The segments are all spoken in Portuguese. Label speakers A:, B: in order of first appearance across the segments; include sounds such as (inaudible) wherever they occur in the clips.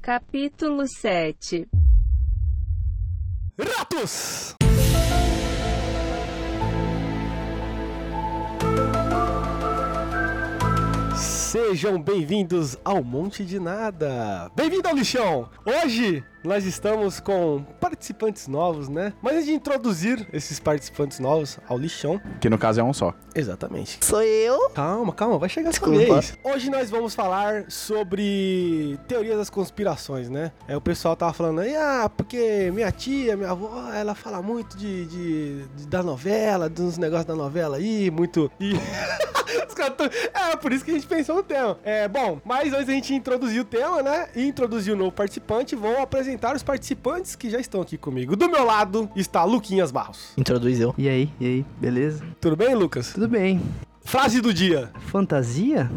A: Capítulo 7
B: Ratos! Sejam bem-vindos ao Monte de Nada! Bem-vindo ao lixão! Hoje nós estamos com participantes novos, né? Mas antes de introduzir esses participantes novos ao lixão,
C: Que no caso é um só.
B: exatamente.
D: Sou eu?
B: Calma, calma, vai chegar a sua
D: Desculpa.
B: vez. Hoje nós vamos falar sobre teorias das conspirações, né? É, o pessoal tava falando aí, ah, porque minha tia, minha avó, ela fala muito de, de- de- da novela, dos negócios da novela aí, muito. E. (laughs) Os caras tão- É, por isso que a gente pensou no tema. É, bom, mas antes a gente introduzir o tema, né? E introduzir o novo participante, vou apresentar os participantes que já estão aqui comigo. Do meu lado está Luquinhas Barros.
D: Introduz eu.
E: E aí, e aí, beleza?
B: Tudo bem, Lucas?
E: Tudo bem.
B: Frase do dia.
E: Fantasia?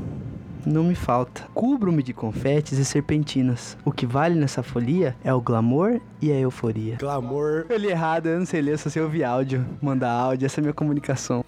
E: Não me falta. Cubro-me de confetes e serpentinas. O que vale nessa folia é o glamour e a euforia.
B: Clamor
E: Eu li errado, eu não sei ler, só sei ouvir áudio. Mandar áudio, essa é a minha comunicação.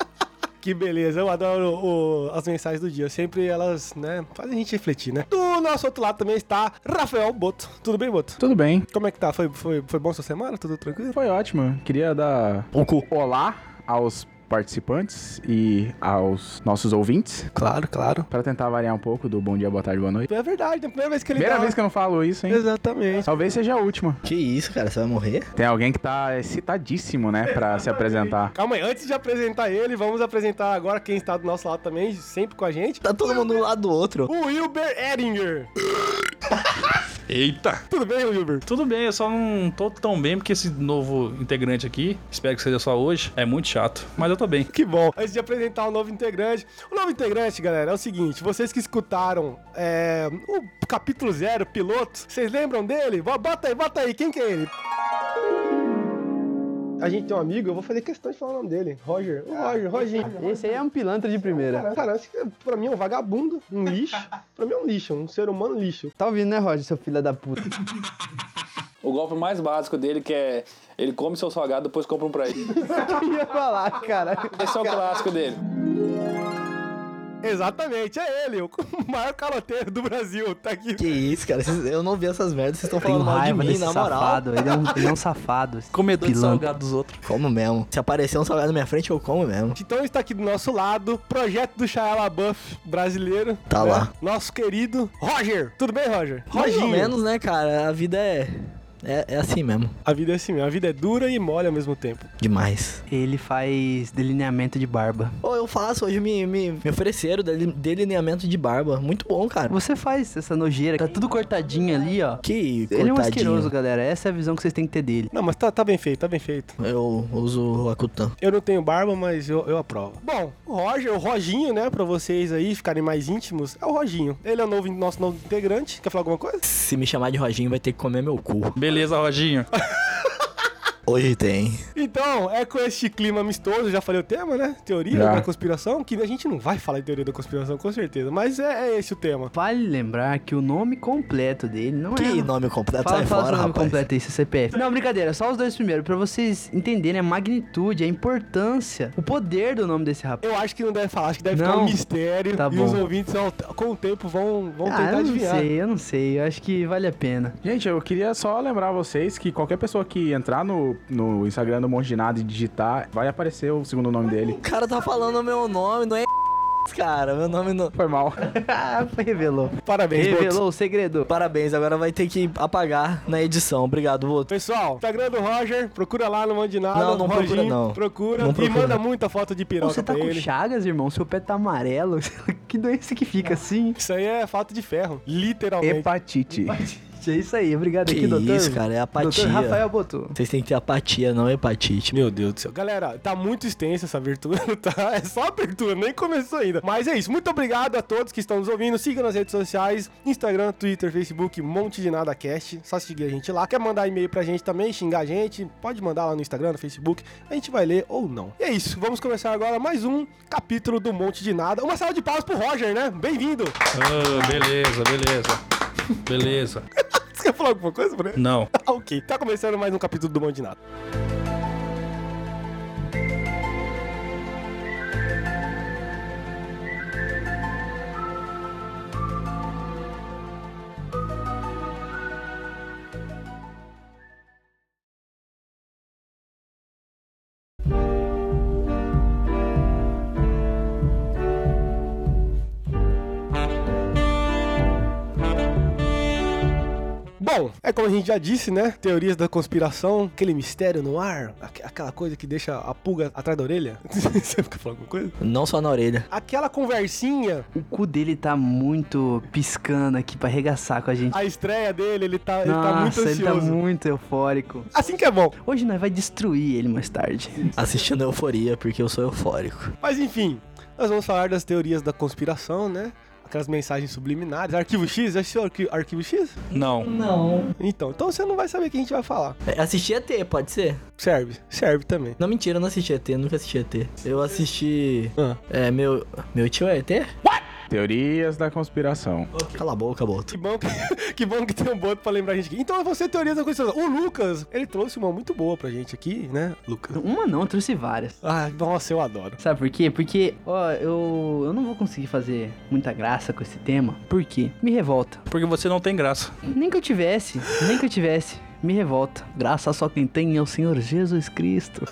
B: Que beleza, eu adoro o- as mensagens do dia. Sempre elas, né, fazem a gente refletir, né? Do nosso outro lado também está Rafael Boto. Tudo bem, Boto?
C: Tudo bem.
B: Como é que tá? Foi, foi, foi bom sua semana? Tudo tranquilo?
C: Foi ótimo. Queria dar um olá aos participantes e aos nossos ouvintes.
B: Claro, claro.
C: Pra tentar variar um pouco do bom dia, boa tarde, boa noite.
B: É verdade, é a primeira vez que ele
C: Primeira
B: tá-
C: vez que eu não falo isso, hein?
B: Exatamente.
C: Talvez seja a última.
D: Que isso, cara? Você vai morrer?
C: Tem alguém que tá excitadíssimo, né, pra se apresentar.
B: Calma aí, antes de apresentar ele, vamos apresentar agora quem está do nosso lado também, sempre com a gente.
D: Tá todo mundo um lado do outro.
B: O Wilber Edinger.
F: Eita!
B: Tudo bem, Wilber?
F: Tudo bem, eu só não tô tão bem porque esse novo integrante aqui, espero que seja só hoje, é muito chato, mas eu tô bem.
B: Que bom. Antes de apresentar o novo integrante. O novo integrante, galera, é o seguinte: vocês que escutaram é, o capítulo zero, piloto, vocês lembram dele? Bo- Bota aí, bota aí, quem que é ele? A gente tem um amigo, eu vou fazer questão de falar o nome dele. Roger. O Roger, (laughs) Roginho.
E: Esse aí é um pilantra de primeira.
B: Cara, cara, esse cara, pra mim é um vagabundo, um lixo. Pra mim é um lixo, um ser humano lixo.
E: Tá ouvindo, né, Roger, seu filho da puta? (laughs)
G: O golpe mais básico dele que é ele come seu salgado, depois compra um pra ele.
E: Eu ia falar, cara.
G: Esse é o clássico dele.
B: Exatamente, é ele, o (laughs) maior caloteiro do Brasil. Tá aqui.
D: Que isso, cara? Vocês- Eu não vi essas merdas, vocês estão
E: Tenho
D: falando mal de
E: raiva
D: mim,
E: desse
D: na moral.
E: safado. Ele é, um, ele é um (laughs) safado.
F: Comedor de
E: Pilantra.
F: salgado dos outros.
D: Como mesmo. Se aparecer um salgado na minha frente, eu como mesmo.
B: Então está aqui do nosso lado, projeto do Shia LaBeouf brasileiro. né?
D: Tá lá.
B: Nosso querido Roger. Tudo bem, Roger?
D: Mais ou
B: Roginho.
D: menos, né, cara? A vida é... É, é assim mesmo.
B: A vida é assim mesmo. A vida é dura e mole ao mesmo tempo.
D: Demais.
E: Ele faz delineamento de barba.
D: Ou eu faço, hoje me, me, me ofereceram deli- delineamento de barba. Muito bom, cara.
E: Você faz essa nojeira, tá tudo cortadinho ali, ó.
D: Que cortadinho.
E: Ele é um asqueroso, galera. Essa é a visão que vocês têm que ter dele.
B: Não, mas tá, tá bem feito, tá bem feito.
D: Eu uso o Akutan.
B: Eu não tenho barba, mas eu, eu aprovo. Bom, o Roger, o Roginho, né, pra vocês aí ficarem mais íntimos, é o Roginho. Ele é o novo, nosso novo integrante. Quer falar alguma coisa?
D: Se me chamar de Roginho, vai ter que comer meu cu.
F: Beleza, Roginho.
D: Hoje tem.
B: Então, é com este clima amistoso, já falei o tema, né? Teoria
C: Já.
B: da conspiração, que a gente não vai falar de teoria da conspiração, com certeza. Mas é, é esse o tema.
E: Vale lembrar que o nome completo dele não é.
D: Que nome completo?
E: Fala,
D: Sai
E: fala
D: fora,
E: seu nome
D: rapaz.
E: completo aí, seu CPF. Não, brincadeira, só os dois primeiros, pra vocês entenderem a magnitude, a importância, o poder do nome desse rapaz.
B: Eu acho que não deve falar, acho que deve
E: Não.
B: ficar um mistério.
E: Tá
B: e
E: bom.
B: os ouvintes, ao- com o tempo, vão, vão
E: ah,
B: tentar
E: eu não
B: adivinhar.
E: sei, eu não sei, eu acho que vale
D: (laughs)
E: a pena.
C: Gente, eu queria só lembrar vocês que qualquer pessoa que entrar no, no Instagram do Monte de Nada e digitar, vai aparecer o segundo nome dele.
D: O cara tá falando meu nome, não é (laughs) cara, meu nome não.
C: Foi mal.
E: Ah, revelou.
B: Parabéns, Boto.
E: Revelou o segredo.
D: Parabéns, agora vai ter que apagar na edição. Obrigado, Boto.
B: Pessoal, Instagram do Roger, procura lá, não mande nada.
D: Não, não procura, não.
B: Procura
D: Não
B: e
D: procura.
B: manda muita foto de piroca
E: Você tá
B: pra
E: com
B: ele.
E: chagas, irmão? Seu pé tá amarelo? (laughs) que doença que
D: Ah.
E: fica assim?
B: Isso aí é falta de ferro, literalmente.
C: Hepatite.
E: É isso aí, obrigado
D: Que
E: aqui, doutor.
D: isso, cara, é apatia.
E: Doutor Rafael Botu.
D: Vocês têm que ter apatia, não hepatite.
B: Meu Deus do céu. Galera, tá muito extensa essa abertura, (laughs) tá? É só abertura, nem começou ainda. Mas é isso. Muito obrigado a todos que estão nos ouvindo. Siga nas redes sociais: Instagram, Twitter, Facebook, um Monte de Nada Cast. Só seguir a gente lá. Quer mandar e-mail pra gente também, xingar a gente? Pode mandar lá no Instagram, no Facebook. A gente vai ler ou não. E é isso. Vamos começar agora mais um capítulo do Monte de Nada. Uma salva de palmas pro Roger, né? Bem-vindo!
F: Ah, beleza, beleza. Beleza.
B: Você quer falar alguma coisa pra ele?
F: Não.
B: Ah, ok. Tá começando mais um capítulo do Mão de Nada. Bom, é como a gente já disse, né? Teorias da conspiração, aquele mistério no ar, aqu- aquela coisa que deixa a pulga atrás da orelha. (laughs) Você fica falando alguma coisa?
D: Não só na orelha.
B: Aquela conversinha,
E: O cu dele tá muito piscando aqui pra arregaçar com a gente.
B: a estreia dele, ele tá, ele tá muito
E: Nossa, ele tá
B: ansioso.
E: muito eufórico.
B: Assim que é bom.
E: Hoje nós vai destruir ele mais tarde.
D: Assistindo a euforia, porque eu sou eufórico.
B: Mas enfim, nós vamos falar das teorias da conspiração, né? Aquelas mensagens subliminares. Arquivo X, já assistiu Arqui- Arquivo X?
F: Não.
B: Então, então você não vai saber o que a gente vai falar.
D: É, Assisti ET, pode ser?
B: Serve, serve também.
D: Não, mentira, eu não assisti ET, nunca assisti ET. Eu assisti.
B: Ah.
D: É, meu. Meu tio é ET?
C: Teorias da conspiração.
D: Cala a boca, Boto.
B: Que bom que, (laughs) que bom que tem um boto pra lembrar a gente aqui. Então você teorias da conspiração. O Lucas, ele trouxe uma muito boa pra gente aqui, né, Lucas?
E: Uma não, eu trouxe várias.
B: Ah, nossa, eu adoro.
E: Sabe por quê? Porque, ó, eu, eu não vou conseguir fazer muita graça com esse tema. Por quê? Me revolta.
F: Porque você não tem graça.
E: Nem que eu tivesse, nem que eu tivesse, me revolta. Graça só quem tem é o Senhor Jesus Cristo.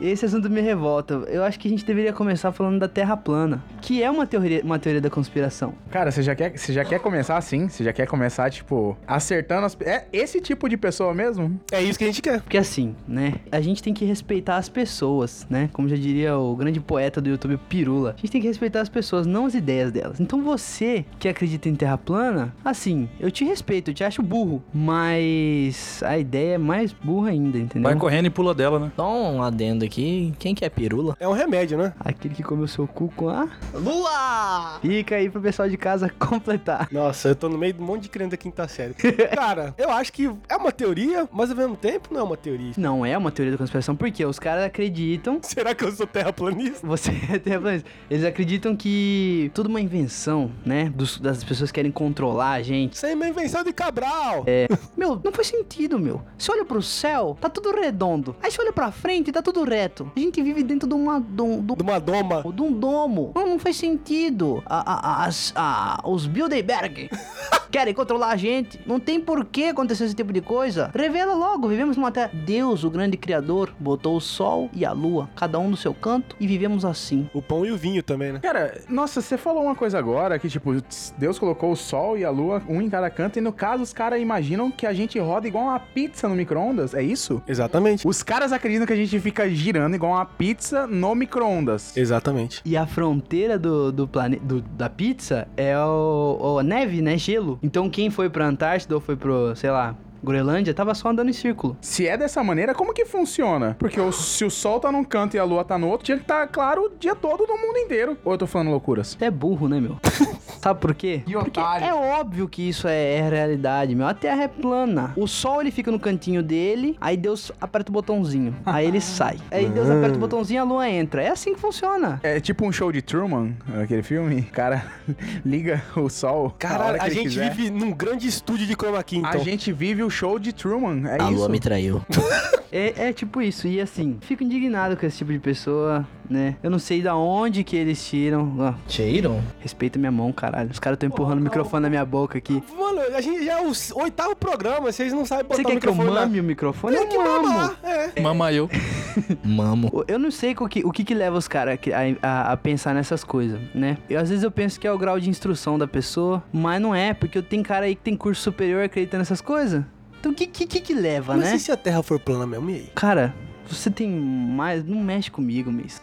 E: Esse assunto me revolta. Eu acho que a gente deveria começar falando da Terra plana, que é uma teoria, uma teoria da conspiração.
C: Cara, você já quer, você já quer começar assim? Você já quer começar, tipo, acertando as. pe- É esse tipo de pessoa mesmo?
B: É isso que a gente quer.
E: Porque assim, né? A gente tem que respeitar as pessoas, né? Como já diria o grande poeta do YouTube, o Pirula. A gente tem que respeitar as pessoas, não as ideias delas. Então você que acredita em terra plana, assim, eu te respeito, eu te acho burro. Mas a ideia é mais burra ainda, entendeu?
F: Vai correndo e pula dela, né?
D: Só um adendo aqui. Quem que é pirula?
B: É um remédio, né?
E: Aquele que comeu seu cu com a.
D: Lua!
E: Fica aí pro pessoal de casa (laughs) completar.
B: Nossa, eu tô no meio de um monte de crente da quinta série. (laughs) Cara, eu acho que é uma teoria, mas ao mesmo tempo não é uma teoria. (laughs)
E: Não é uma teoria da conspiração, porque os caras acreditam
B: Será que eu sou terraplanista?
E: Você (laughs) é terraplanista. Eles acreditam que tudo é uma invenção, né? Dos- das pessoas que querem controlar a gente.
B: Isso aí é uma invenção de Cabral.
E: Meu, não faz sentido, meu. Você olha pro céu, tá tudo redondo. Aí você olha pra frente, tá tudo reto. A gente vive dentro de uma. De um, de um-
B: De uma doma.
E: de um domo. Não, não faz sentido. A- a- as- a- os Bilderberg (laughs) querem controlar a gente. Não tem por que acontecer esse tipo de coisa. Revela logo. Vivemos numa terra. Deus, o grande criador, botou o sol e a lua, cada um no seu canto, e vivemos assim.
B: O pão e o vinho também, né?
C: Cara, nossa, você falou uma coisa agora que, tipo, Deus colocou o sol e a lua, um em cada canto, e no caso os caras imaginam que a gente roda igual uma pizza no micro-ondas, é isso?
B: Exatamente.
C: Os caras acreditam que a gente fica girando igual uma pizza no micro-ondas.
B: Exatamente.
E: E a fronteira do, do plane... do- da pizza é o, o- a neve, né? Gelo. Então quem foi pra Antártida ou foi pro, sei lá, Groenlândia, tava só andando em círculo.
C: Se é dessa maneira, como que funciona? Porque o- se o sol tá num canto e a lua tá no outro, tinha que tá claro o dia todo no mundo inteiro. Ou eu tô falando loucuras?
E: Você é burro,
C: (laughs)
E: né, meu? Sabe por quê?
C: Que
E: Porque
C: otário.
E: é óbvio que isso é, é realidade, meu. A Terra é plana. O Sol, ele fica no cantinho dele, aí Deus aperta o botãozinho. Aí
C: (laughs)
E: ele sai. Aí Deus aperta o botãozinho, a Lua entra. É assim que funciona.
C: É tipo um show de Truman, aquele filme. O cara (laughs) liga o sol. a, hora
B: Cara,
C: que
B: a
C: ele
B: gente
C: quiser.
B: vive num grande estúdio de chroma key, então.
C: A gente vive o show de Truman, é
D: a
C: isso.
D: lua me
E: (laughs)
D: traiu.
E: É, é tipo isso, e assim, fico indignado com esse tipo de pessoa, né? Eu não sei da onde que eles tiram. Ah, Ó,
D: Tiram?
E: Respeita minha mão, caralho. Os caras estão empurrando o microfone na minha boca aqui.
B: Mano, a gente já é o s- oitavo programa, vocês não sabem botar
E: Você
B: tá o
E: quer que eu
B: microfone na-
E: mame o microfone?
B: Tem que
E: Eu tá, mamo.
B: mamar, é.
F: Mama eu.
D: Mamo.
E: O- Eu não sei co- que- o que, que leva os caras que- a, a- a pensar nessas coisas, né? Eu às vezes eu penso que é o grau de instrução da pessoa, mas não é, porque tem cara aí que tem curso superior e acredita nessas coisas. Então o que, que, que que leva,
B: Mas
E: né?
B: e se a Terra for plana mesmo, e aí?
E: Cara, você tem mais. Não mexe
B: (laughs)
E: comigo, Miss.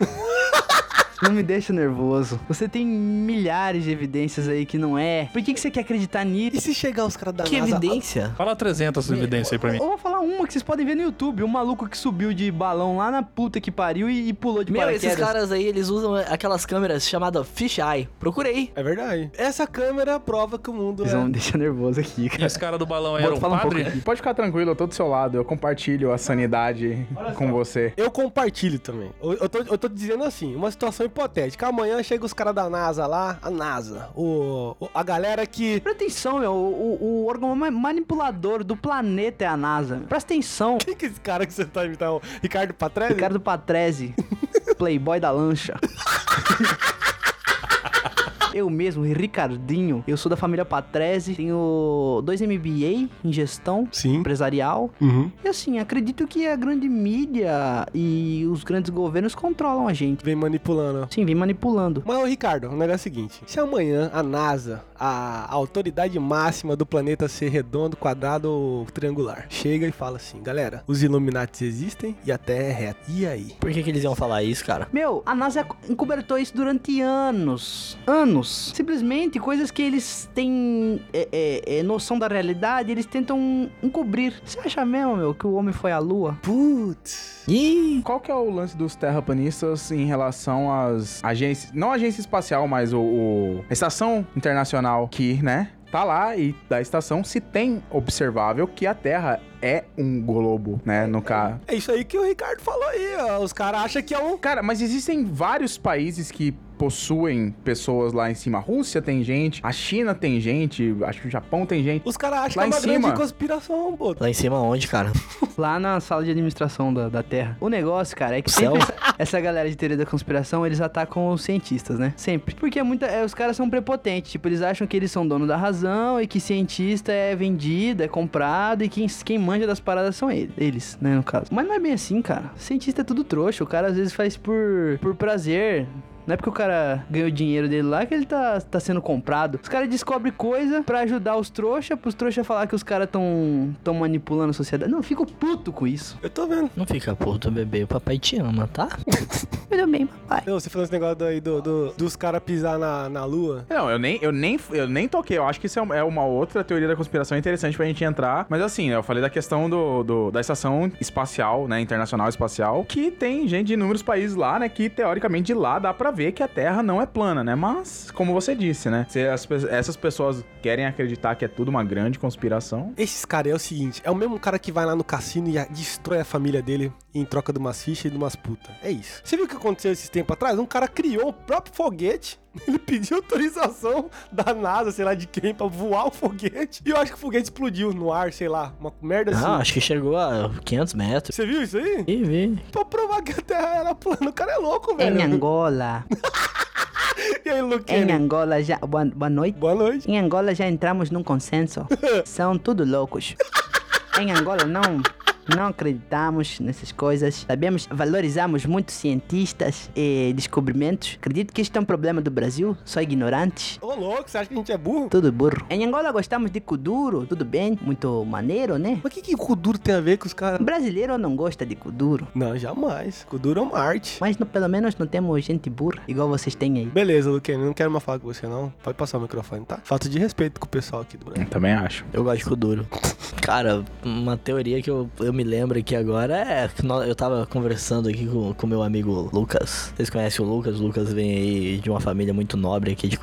E: Não me deixa nervoso. Você tem milhares de evidências aí que não é. Por que, que você quer acreditar nisso?
B: E se chegar os caras da
D: Que
B: NASA...
D: evidência?
F: Fala 300 evidência aí pra mim.
E: Eu vou falar uma que vocês podem ver no YouTube. Um maluco que subiu de balão lá na puta que pariu e, e pulou de
D: Meu, esses
E: paraquedas.
D: caras aí, eles usam aquelas câmeras chamadas fisheye. Procura aí.
B: É verdade. Essa câmera prova que o mundo é.
E: Vocês vão me deixar nervoso aqui,
F: E
E: cara.
F: esse cara do balão era
E: Bota,
F: um
E: fala um pouco
F: padre?
E: aí.
C: Pode ficar tranquilo, eu tô do seu lado, eu compartilho a sanidade com você.
B: é... Eu compartilho também. Eu, eu tô, eu tô dizendo assim, uma situação hipotética. Amanhã chega os caras da NASA lá, a NASA, o, o- a galera que... (laughs)
E: Presta atenção, meu. O, o- o órgão ma- manipulador do planeta é a NASA. meu. Presta atenção.
B: Quem que é esse cara que você tá imitando? Ricardo Patrese?
E: O cara
D: (laughs)
E: do Patrese. Playboy da lancha. Eu mesmo, Ricardinho, eu sou da família Patrese, tenho dois MBA em gestão
B: Sim.
E: empresarial.
B: Uhum.
E: E assim, acredito que a grande mídia e os grandes governos controlam a gente.
B: Vem manipulando.
E: Sim, vem manipulando.
B: Mas, ô, Ricardo, o negócio é o seguinte: se amanhã a NASA, a autoridade máxima do planeta ser redondo, quadrado ou triangular, chega e fala assim: galera, os Illuminati existem e a Terra é reta. E aí?
D: Por que, que eles iam falar isso, cara?
E: Meu, a NASA encobertou isso durante anos. Anos. Simplesmente coisas que eles têm é, é, é, noção da realidade, eles tentam encobrir. Você acha mesmo, meu, que o homem foi à lua?
B: Putz.
D: Ih!
C: Qual que é o lance dos terraplanistas em relação às agências, não a agência espacial, mas o, o- a estação internacional que, né, tá lá e da estação se tem observável que a Terra é um globo, né, no caso.
B: É isso aí que o Ricardo falou aí, ó. Os caras acham que é um.
C: Cara, mas existem vários países que possuem pessoas lá em cima. A Rússia tem gente, a China tem gente, acho que o Japão tem gente.
B: Os caras acham
C: Lá
B: que é
C: em
B: uma
C: cima.
B: grande conspiração, pô.
D: Lá em cima onde, cara?
E: Lá na sala de administração da, da Terra. O negócio, cara, é que sempre
D: Céu.
E: essa, (laughs) essa galera de teoria da conspiração, eles atacam os cientistas, né? Sempre. Porque é muita, é, os caras são prepotentes. Tipo, eles acham que eles são dono da razão e que cientista é vendido, é comprado e quem, quem manja das paradas são eles, eles, né, no caso. Mas não é bem assim, cara. Cientista é tudo trouxa. O cara às vezes faz por, por prazer. Não é porque o cara ganhou o dinheiro dele lá que ele tá, tá sendo comprado. Os caras descobrem coisa pra ajudar os trouxa, pros trouxa falar que os caras tão, tão manipulando a sociedade. Não, eu fico puto com isso.
B: Eu tô vendo.
D: Não fica puto, bebê. O papai te ama, tá?
E: Tudo bem, papai.
B: Não, você falou esse negócio aí do, do- dos caras pisar na, na lua.
C: Não, eu nem, eu nem, eu nem toquei. Eu acho que isso é um- é uma outra teoria da conspiração interessante pra gente entrar. Mas assim, né, eu falei da questão do, do- da estação espacial, né? Internacional espacial, que tem gente de inúmeros países lá, né? Que teoricamente de lá dá pra ver que a Terra não é plana, né? Mas, como você disse, né? Se as pe- essas pessoas querem acreditar que é tudo uma grande conspiração.
B: Esses caras é o seguinte: é o mesmo cara que vai lá no cassino e a- destrói a família dele em troca de umas fichas e de umas putas. É isso. Você viu o que aconteceu esses tempos atrás? Um cara criou o próprio foguete. (laughs) Ele pediu autorização da NASA, sei lá de quem, pra voar o foguete. E eu acho que o foguete explodiu no ar, sei lá. Uma merda assim.
D: Ah, acho que chegou a 500 metros.
B: Você viu isso aí?
D: Ih, vi.
B: Pra provar que a Terra era plana. O cara é louco, velho.
E: Em Angola.
B: (laughs) E aí,
D: É,
B: Luquinha?
E: Em Angola já. Boa, boa noite.
B: Boa noite.
E: Em Angola já entramos num (laughs) consenso. São tudo loucos. Em Angola não. Não acreditamos nessas coisas. Sabemos, valorizamos muito cientistas e descobrimentos. Acredito que este é um problema do Brasil. Só ignorantes.
B: Ô, louco, você acha que a gente é burro?
E: Tudo burro. Em Angola gostamos de kuduro. Tudo bem. Muito maneiro, né?
B: Mas o que, que Kuduro tem a ver com os caras?
E: Brasileiro não gosta de kuduro.
B: Não, jamais. Kuduro é uma arte.
E: Mas no- pelo menos não temos gente burra. Igual vocês têm aí.
B: Beleza, Luquene, não quero mais falar com você, não. Pode passar o microfone, tá? Falta de respeito com o pessoal aqui do Brasil.
C: Também acho.
D: Eu gosto de Kuduro. Cara, uma teoria que eu, eu me lembro aqui agora é que nó- eu tava conversando aqui com o meu amigo Lucas. Vocês conhecem o Lucas? O Lucas vem aí de uma família muito nobre aqui de c...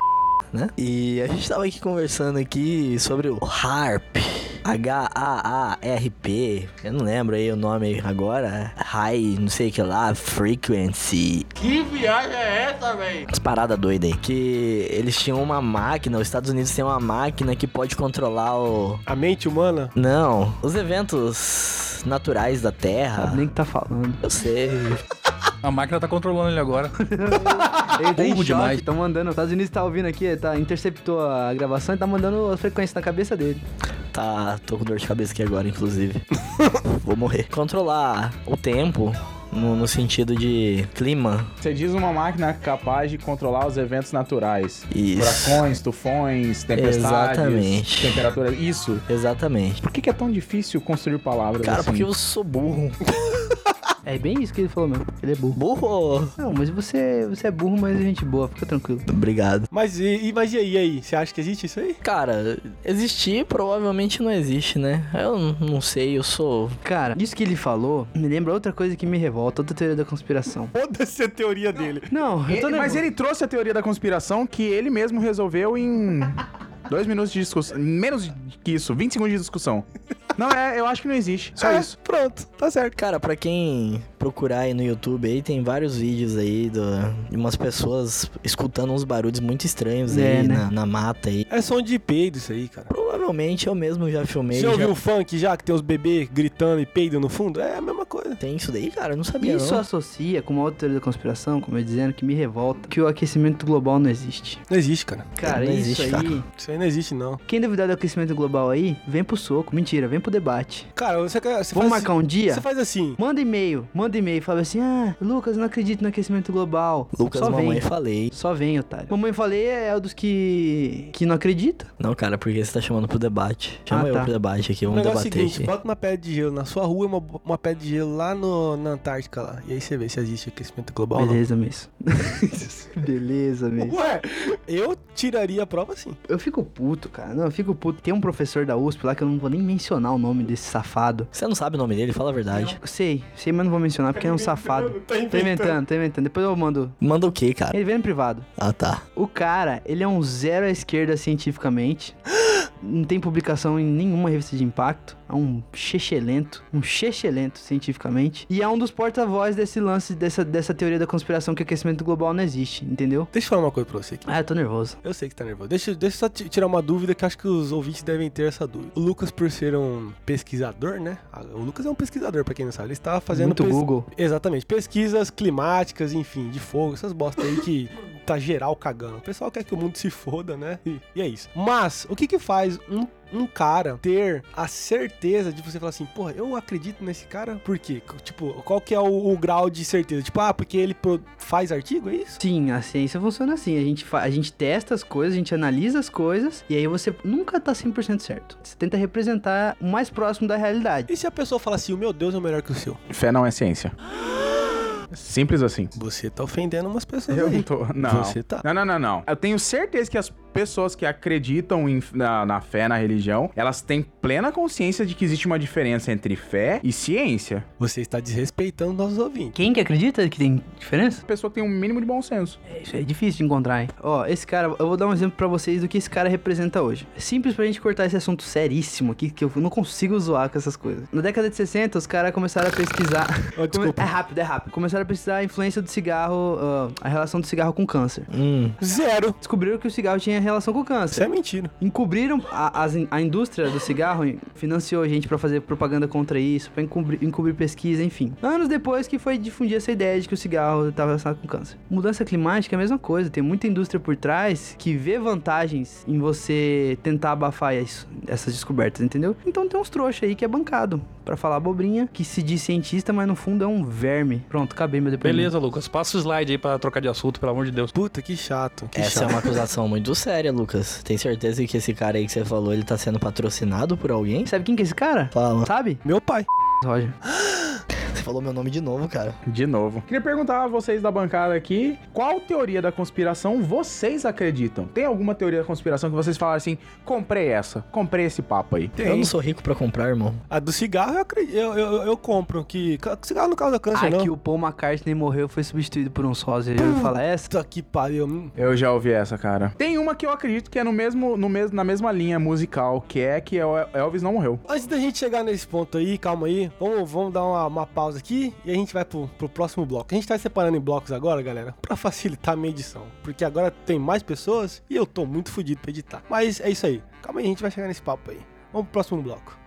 D: né? E a gente tava aqui conversando aqui sobre o HARP. H-A-A-R-P. Eu não lembro aí o nome agora. High, não sei o que lá, Frequency. Umas paradas doidas aí. Que eles tinham uma máquina, os Estados Unidos têm uma máquina que pode controlar o,
B: A mente humana?
D: não, os eventos naturais da Terra.
E: o que tá falando.
D: Eu sei.
F: A máquina tá controlando ele agora.
E: Ele tá em
F: Burro
E: choque,
F: demais.
E: tá mandando. Os Estados Unidos tá ouvindo aqui, tá, interceptou a gravação e tá mandando as frequências na cabeça dele.
D: Tá, tô com dor de cabeça aqui agora, inclusive. Vou morrer. Controlar o tempo. No, no sentido de clima.
C: Você diz uma máquina capaz de controlar os eventos naturais.
D: Isso.
C: Furacões, tufões, tempestades,
D: Exatamente.
C: temperatura. Isso.
D: Exatamente.
C: Por que, que é tão difícil construir palavras
D: Cara,
C: assim?
D: porque eu sou burro.
E: É bem isso que ele falou, meu. Ele é burro.
D: Burro!
E: Não, mas você, você é burro, mas é gente boa, fica tranquilo.
D: Obrigado.
B: Mas e, e- mas e aí, e aí? Você acha que existe isso aí?
D: Cara, existir provavelmente não existe, né? Eu n- não sei, eu sou.
E: Cara, isso que ele falou me lembra outra coisa que me revolta, outra teoria da conspiração.
B: Foda-se a teoria dele.
E: Não, eu tô
C: Ele- mas
E: nervoso.
C: ele trouxe a teoria da conspiração que ele mesmo resolveu em dois minutos de discussão. Menos que isso, 20 segundos de discussão. Não, é, eu acho que não existe. Só
B: É,
C: isso.
B: Pronto, tá certo.
D: Cara, pra quem procurar aí no YouTube aí, tem vários vídeos aí do- de umas pessoas escutando uns barulhos muito estranhos
E: É,
D: aí
E: né?
D: na- na mata aí.
B: É som de peido isso aí, cara.
D: provavelmente eu mesmo já filmei.
B: Você já
D: já-
B: ouviu o funk já, que tem os bebês gritando e peidam no fundo? É a mesma coisa.
D: Tem isso daí, cara? Eu não sabia,
E: Isso
B: é
D: não.
E: associa com uma outra teoria da conspiração, como eu dizendo, que me revolta, que o aquecimento global não existe.
B: Não existe, cara.
E: Cara,
D: Não
E: isso
D: existe,
E: aí.
D: cara.
B: Isso aí não existe, não.
E: Quem duvidar do aquecimento global aí, vem pro soco. Mentira, vem pro debate.
B: Cara, você, quer- você
E: Vamos
B: faz...
E: marcar um dia?
B: Você faz assim.
E: Manda e-mail, manda e-mail, fala assim: Ah, Lucas, eu não acredito no aquecimento global.
D: Lucas,
E: Só
D: mamãe,
E: vem.
D: falei.
E: Só vem, otário. Mamãe falei é o dos que. que não acredita.
D: Não, cara, porque você tá chamando pro debate. Chama
E: Ah,
D: eu
E: tá.
D: pro debate aqui,
B: O
D: vamos
B: negócio é o
D: debater
B: seguinte,
D: aqui.
B: bota uma pedra de gelo na sua rua e uma, uma pedra de gelo lá no, na Antártica lá. E aí você vê se existe aquecimento global ou não.
E: Beleza,
D: (laughs)
E: mesmo. Beleza, mesmo.
B: Ué, eu tiraria a prova sim.
E: Eu fico puto, cara. Não, eu fico puto. Tem um professor da USP lá que eu não vou nem mencionar o nome desse safado.
D: Você não sabe o nome dele, fala a verdade.
E: Eu sei, sei, mas não vou mencionar porque é um safado.
B: Tá
E: Tô inventando, tô inventando. Depois eu mando.
D: Manda o quê, cara?
E: Ele vem no privado.
D: Ah, tá.
E: O cara, ele é um zero à esquerda cientificamente. Não tem publicação em nenhuma revista de impacto. É um chechelento. Um chechelento cientificamente. E é um dos porta-voz desse lance, dessa, dessa teoria da conspiração que o aquecimento global não existe, entendeu?
B: Deixa eu falar uma coisa pra você aqui.
E: Ah, eu tô nervoso.
B: Eu sei que tá nervoso. Deixa, deixa eu só ti- tirar uma dúvida que eu acho que os ouvintes devem ter essa dúvida. O Lucas, por ser um pesquisador, né? Ah, O Lucas é um pesquisador, pra quem não sabe. Ele estava fazendo...
E: Muito
B: pes-
E: Google.
B: Exatamente. Pesquisas climáticas, enfim, de fogo, essas bostas aí que tá geral cagando. O pessoal quer que o mundo se foda, né? E, e é isso. Mas, o que que faz um, um cara ter a certeza de você falar assim, porra, eu acredito nesse cara, por quê? Tipo, qual que é o, o grau de certeza? Tipo, ah, porque ele pro- faz artigo, é isso?
E: Sim, a ciência funciona assim. A gente, fa- a gente testa as coisas, a gente analisa as coisas, e aí você nunca tá 100% certo. Você tenta representar o mais próximo da realidade.
B: E se a pessoa fala assim, o meu Deus é melhor que o seu?
C: Fé não é ciência. Simples assim.
B: Você tá ofendendo umas pessoas
C: Eu não
B: aí.
C: tô. Não.
B: Você tá.
C: Não, não, não, não. Eu tenho certeza que as pessoas que acreditam em- na, na fé, na religião, elas têm plena consciência de que existe uma diferença entre fé e ciência.
B: Você está desrespeitando nossos ouvintes.
E: Quem que acredita que tem diferença?
C: A pessoa que tem um mínimo de bom senso.
E: É, isso é difícil de encontrar, hein? Ó, esse cara, eu vou dar um exemplo pra vocês do que esse cara representa hoje. É Simples pra gente cortar esse assunto seríssimo aqui, que eu não consigo zoar com essas coisas. Na década de 60, os caras começaram a pesquisar.
B: Oh, (laughs)
E: É
B: desculpa.
E: rápido, é rápido. Começaram a pesquisar a influência do cigarro, ah, a relação do cigarro com câncer.
D: Hum,
B: é? Zero.
E: Descobriram que o cigarro tinha relação com câncer.
B: Isso é mentira.
E: encobriram a, as in- a indústria do cigarro, financiou gente pra fazer propaganda contra isso, pra encobrir, encobrir pesquisa, enfim. Anos depois que foi difundir essa ideia de que o cigarro estava relacionado com câncer. Mudança climática é a mesma coisa, tem muita indústria por trás que vê vantagens em você tentar abafar isso, essas descobertas, entendeu? Então tem uns trouxa aí que é bancado pra falar bobrinha, que se diz cientista, mas no fundo é um verme. Pronto, acabei meu depoimento.
F: Beleza, Lucas. Passa o slide aí pra trocar de assunto, pelo amor de Deus.
B: Puta, que chato. Que
D: essa é
B: chato.
D: uma acusação muito séria, Lucas. Tem certeza que esse cara aí que você falou, ele tá sendo patrocinado por alguém?
E: Sabe quem que é esse cara?
D: Fala.
E: Sabe?
B: Meu pai.
E: Roger.
D: Você falou meu nome de novo, cara.
C: De novo. Queria perguntar a vocês da bancada aqui: qual teoria da conspiração vocês acreditam? Tem alguma teoria da conspiração que vocês falaram assim: comprei essa, comprei esse papo aí?
D: Eu não sou rico pra comprar, irmão.
B: A do cigarro eu, acredito, eu, eu, eu compro. Que ca- cigarro não causa câncer,
E: Ah,
B: não.
E: que o Paul McCartney morreu foi substituído por um sósia. Eu ia falar essa.
B: Puta que pariu. hum.
C: Eu já ouvi essa, cara. Tem uma que eu acredito que é no mesmo, no mesmo, na mesma linha musical, que é que El- Elvis não morreu.
B: Antes da gente chegar nesse ponto aí, calma aí. Vamos, vamos dar uma, uma pausa aqui e a gente vai pro, pro próximo bloco. A gente tá separando em blocos agora, galera, (laughs) pra facilitar a minha edição. Porque agora tem mais pessoas e eu tô muito fodido pra editar. Mas é isso aí. Calma aí, a gente vai chegar nesse papo aí. Vamos pro próximo bloco.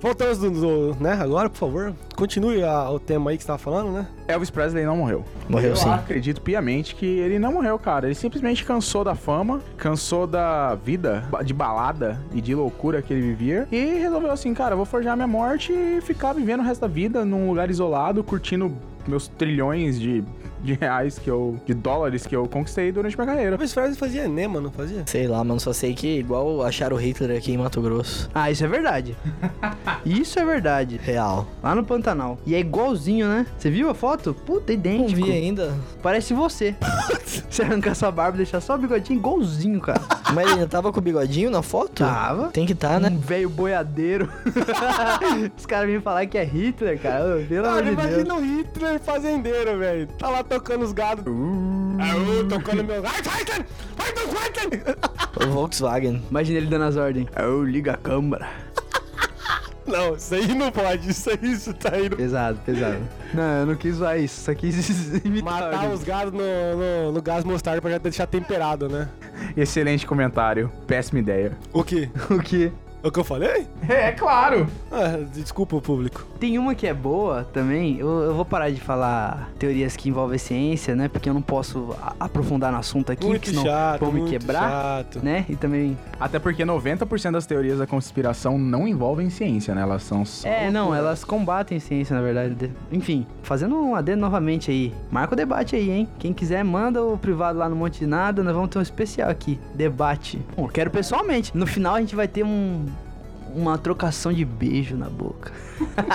B: Voltamos do, do- né, agora, por favor. Continue a- o tema aí que você tava falando, né?
C: Elvis Presley não morreu.
D: Morreu
C: eu
D: sim.
C: acredito piamente que ele não morreu, cara. Ele simplesmente cansou da fama, cansou da vida, ba- de balada e de loucura que ele vivia. E resolveu assim, cara, eu vou forjar minha morte e ficar vivendo o resto da vida num lugar isolado, curtindo meus trilhões de, de reais que eu. de dólares que eu conquistei durante minha carreira.
B: Elvis Presley fazia enema, não fazia?
D: Sei lá, mano, só sei que igual acharam o Hitler aqui em Mato Grosso.
E: Ah, isso é verdade. isso é verdade.
D: Real.
E: Lá no Pantanal. E é igualzinho, né? Você viu a foto? Puta,
D: Não
E: idêntico.
D: vi ainda.
E: Parece você. você arrancar sua barba e deixar só o bigodinho igualzinho, cara.
D: Mas ele tava com o bigodinho na foto?
E: Tava.
D: Tem que tá,
E: Um
D: né?
E: velho boiadeiro. Os caras vêm falar que é Hitler, cara. Ô, Pelo
B: Não,
E: amor de Deus.
B: imagina o Hitler fazendeiro, velho. Tá lá tocando os gados. Aô, tocando meu. Vai, Titan! Vai, Titan!
D: O Volkswagen.
E: Imagina ele dando as ordens. Eu liga a câmera.
B: Não, isso aí não pode. Isso aí, isso tá indo.
E: Pesado, pesado. Não, eu não quis zoar isso. Só quis (laughs) imitar.
B: Matar
E: né?
B: os gados no, no, no gás mostarda pra já deixar temperado, né?
C: Excelente comentário. Péssima ideia.
B: O quê?
E: O que?
B: É o que eu falei?
C: É, claro.
B: Ah, desculpa o público.
E: Tem uma que é boa também. Eu, eu vou parar de falar teorias que envolvem ciência, né? Porque eu não posso a- aprofundar no assunto aqui,
B: Muito
E: que senão
B: chato,
E: vão me
B: muito
E: quebrar.
B: chato.
E: Né? E também.
C: Até porque 90% das teorias da conspiração não envolvem ciência, né? Elas são só...
E: É, não, elas combatem ciência, na verdade. Enfim, fazendo um AD novamente aí. Marca o debate aí, hein? Quem quiser, manda o privado lá no Monte de Nada. Nós vamos ter um especial aqui. Debate. Bom, eu quero pessoalmente. No final a gente vai ter um. Uma trocação de beijo na boca.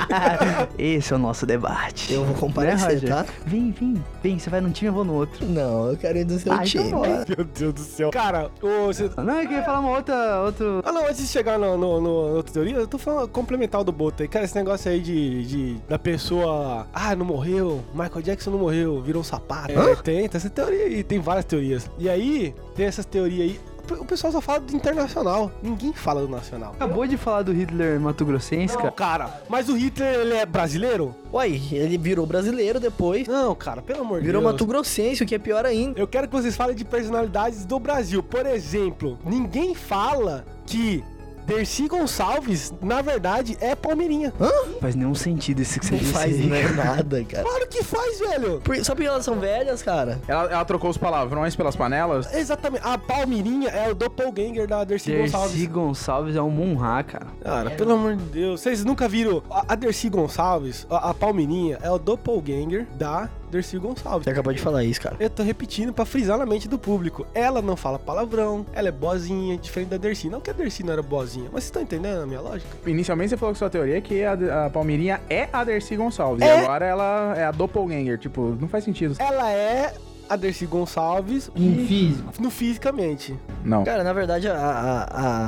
E: (laughs) Esse é o nosso debate.
D: Eu vou comparecer,
E: é, Roger?
D: tá?
E: Vem, vem, vem. Você vai num time, eu vou no outro.
D: Não, eu quero ir do seu
E: Ah, então
D: time.
E: bora.
B: Meu Deus do céu. Cara, ô, cê-
E: Não, eu queria falar uma outra. Outro...
B: Ah, não, antes de chegar no, no, no- na outra teoria, eu tô falando complementar o do Boto aí. Cara, esse negócio aí de, de- da pessoa. Ah, não morreu. Michael Jackson não morreu, virou um sapato. É, tem, tem essa teoria aí, tem várias teorias. E aí, tem essas teorias aí. O pessoal só fala do internacional. Ninguém fala do nacional.
E: Acabou de falar do Hitler Mato Grossense, Tá cara.
B: Cara, mas o Hitler, ele é brasileiro?
D: Uai, ele virou brasileiro depois.
B: Não, cara, pelo amor de
D: Virou
B: Deus.
D: Mato Grossense, o que é pior ainda.
B: Eu quero que vocês falem de personalidades do Brasil. Por exemplo, ninguém fala que Dercy Gonçalves, na verdade, é palmeirinha.
E: Não faz nenhum sentido isso que você
D: Não
E: disse.
D: faz
E: aí.
D: nem nada, cara.
B: Claro que faz, velho.
D: Por- só porque elas são velhas, cara.
C: Ela, ela trocou os palavrões pelas panelas?
B: Exatamente. A palmeirinha é o doppelganger da Dercy
E: Dercy
B: Gonçalves.
E: Gonçalves é um Munra, cara.
B: Cara, pelo amor de Deus. Vocês nunca viram a a Dercy Gonçalves, a, a palmeirinha, é o doppelganger da Dercy Gonçalves.
D: Você acabou de falar isso, cara.
B: Eu tô repetindo pra frisar na mente do público. Ela não fala palavrão, ela é boazinha, diferente da Dercy. Não que a Dercy não era boazinha, mas vocês estão entendendo a minha lógica?
C: Inicialmente você falou que sua teoria é que a, a Palmeirinha é a Dercy Gonçalves. E
B: É.
C: agora ela é a doppelganger. Tipo, não faz sentido.
B: Ela é a Dercy Gonçalves no fisicamente.
C: Não.
D: Cara, na verdade, a, a-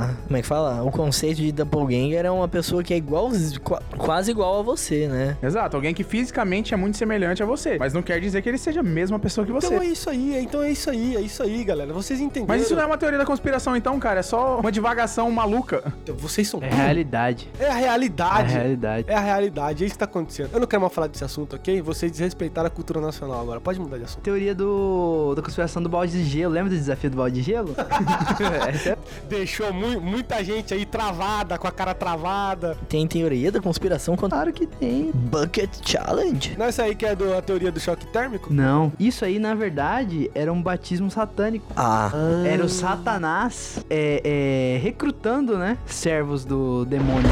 D: a- Como é que fala? O conceito de doppelganger é uma pessoa que é igual, qua- quase igual a você, né?
C: Exato, alguém que fisicamente é muito semelhante a você, mas não quer dizer que ele seja a mesma pessoa que você.
B: Então é isso aí, então é isso aí, é isso aí, galera. Vocês entenderam?
C: Mas isso não é uma teoria da conspiração, então, cara. É só uma divagação maluca.
B: Vocês são.
E: É realidade.
B: É a
E: É
B: realidade.
E: realidade.
B: É a realidade, é isso que tá acontecendo. Eu não quero mais falar desse assunto, ok? Vocês desrespeitaram a cultura nacional agora. Pode mudar de assunto.
E: Teoria do. da conspiração do balde de gelo. Lembra do desafio do balde de gelo? Essa (laughs) é-
B: Deixou mu- muita gente aí travada, com a cara travada.
D: Tem teoria da conspiração contra
E: Claro que tem.
D: Bucket Challenge.
B: Não é isso aí que é do- a teoria do choque térmico?
E: Não. Isso aí, na verdade, era um batismo satânico.
D: Ah,
E: Era o Satanás é, é, recrutando, né? Servos do demônio.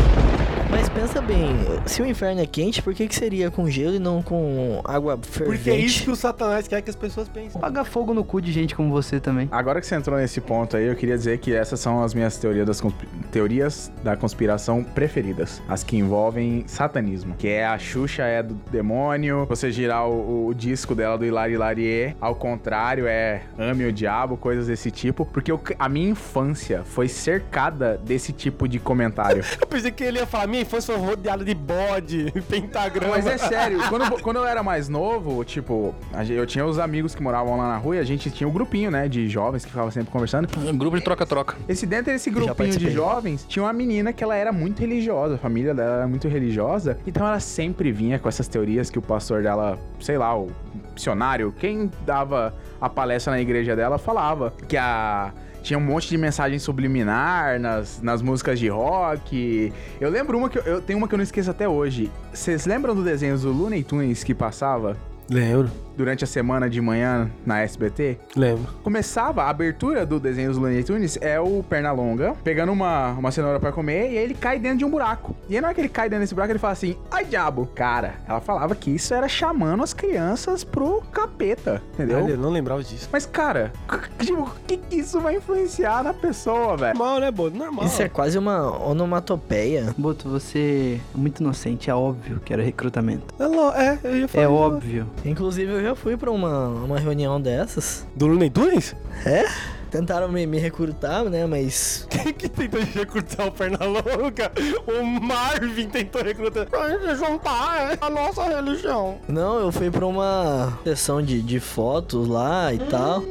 D: mas pensa bem, se o inferno é quente, por que, que seria com gelo e não com água fervente?
B: Porque é isso que o satanás quer que as pessoas pensem.
E: Paga fogo no cu de gente como você também.
C: Agora que você entrou nesse ponto aí, eu queria dizer que essas são as minhas teorias, das consp- teorias da conspiração preferidas. As que envolvem satanismo. Que é a Xuxa é do demônio, você girar o, o disco dela do Hilari Larié, ao contrário, é ame o diabo, coisas desse tipo. Porque eu c- a minha infância foi cercada desse tipo de comentário.
B: (laughs) Eu pensei que ele ia falar, minha infância foi rodeada de bode, (laughs) pentagrama.
C: Mas é sério, quando, quando eu era mais novo, tipo, a gen- eu tinha os amigos que moravam lá na rua e a gente tinha um grupinho, né, de jovens que ficavam sempre conversando.
F: Um grupo de troca-troca.
C: Esse dentro desse grupinho de
D: participei.
C: jovens, tinha uma menina que ela era muito religiosa, a família dela era muito religiosa, então ela sempre vinha com essas teorias que o pastor dela, sei lá, o missionário, quem dava a palestra na igreja dela falava que a tinha um monte de mensagem subliminar nas, nas músicas de rock. Eu lembro uma que eu, eu tenho uma que eu não esqueço até hoje. Vocês lembram do desenho do Looney Tunes que passava
B: Lembro,
C: durante a semana de manhã na SBT?
B: lembro.
C: começava a abertura do desenho dos Looney Tunes é o Pernalonga pegando uma, uma cenoura pra comer e aí ele cai dentro de um buraco. E aí na hora que ele cai dentro desse buraco, ele fala assim: "Ai diabo". Cara, ela falava que isso era chamando as crianças pro capeta, entendeu?
B: Caralho, eu não lembrava disso.
C: Mas cara, (laughs) tipo, o que que isso vai influenciar na pessoa, velho?
B: Normal, né, Bodo? Normal.
D: Isso é quase uma onomatopeia.
E: Boto, você é muito inocente. É óbvio que era recrutamento.
B: É, lo- é, eu ia falar.
E: É óbvio. (laughs)
D: Inclusive, eu já fui pra uma, uma reunião dessas.
B: Do Looney Tunes?
D: É? Tentaram me, me recrutar, né? Mas
B: Quem que tentou recrutar o Pernalonga? O Marvin tentou recrutar. Pra gente juntar é, a nossa religião.
D: Não, eu fui pra uma sessão de, de fotos lá e tal.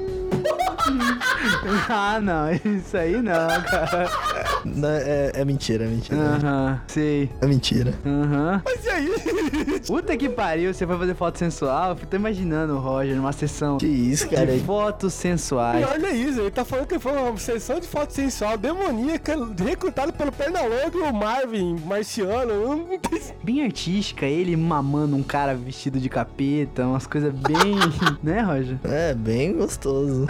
E: Ah, não, isso aí não, cara.
D: Não, é, é mentira, é mentira.
E: Aham, sei.
D: É mentira.
E: Aham.
B: Mas e aí?
E: Puta que pariu, você foi fazer foto sensual? Eu tô imaginando o Roger numa sessão
D: Que isso, cara.
E: de fotos
B: E
E: sensuais.
B: olha isso, ele tá falando que foi uma sessão de foto sensual demoníaca recrutado pelo Pernalonga e o Marvin, marciano. um. Eu não entendi.
E: Bem artística, ele mamando um cara vestido de capeta, umas coisas bem. (laughs) né, Roger?
D: (laughs) É bem gostoso.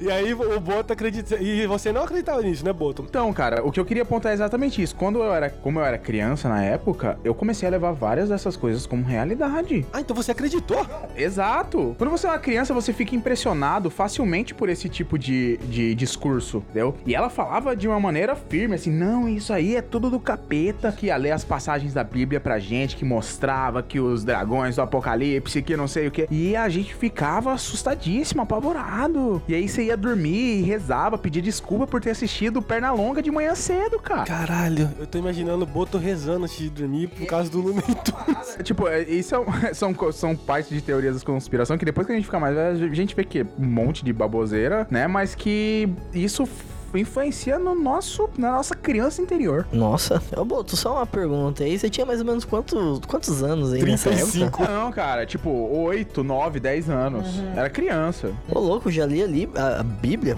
B: E aí o Boto acredita. E você não acreditava nisso, né, Boto?
C: Então, cara, o que eu queria apontar é exatamente isso. Quando eu era, como eu era criança na época, eu comecei a levar várias dessas coisas como realidade.
B: Ah, então você acreditou?
C: Exato. Quando você é uma criança, você fica impressionado facilmente por esse tipo de, de discurso, entendeu? E ela falava de uma maneira firme, assim, não, isso aí é tudo do capeta, que ia ler as passagens da Bíblia pra gente, que mostrava que os dragões do apocalipse, que não sei o que. E a gente ficava assustadíssimo, apavorado. E aí você ia dormir e rezava, pedia desculpa por ter assistido perna longa de manhã cedo, cara.
B: Caralho, eu tô imaginando o Boto rezando antes de dormir por causa do Lumen Tunes.
C: Tipo, é, isso é um- (laughs) são, co- são partes de teorias da conspiração que depois que a gente fica mais velho, a gente vê que é um monte de baboseira, né? Mas que isso f- influencia no nosso, na nossa criança interior.
D: Nossa. Ô, Boto, só uma pergunta aí. Você tinha mais ou menos quantos, quantos anos aí É nessa época?
B: 35.
C: Não, cara, tipo, 8, 9, 10 anos.
B: Uhum.
C: Era criança.
D: Ô, louco, já li ali a, a Bíblia?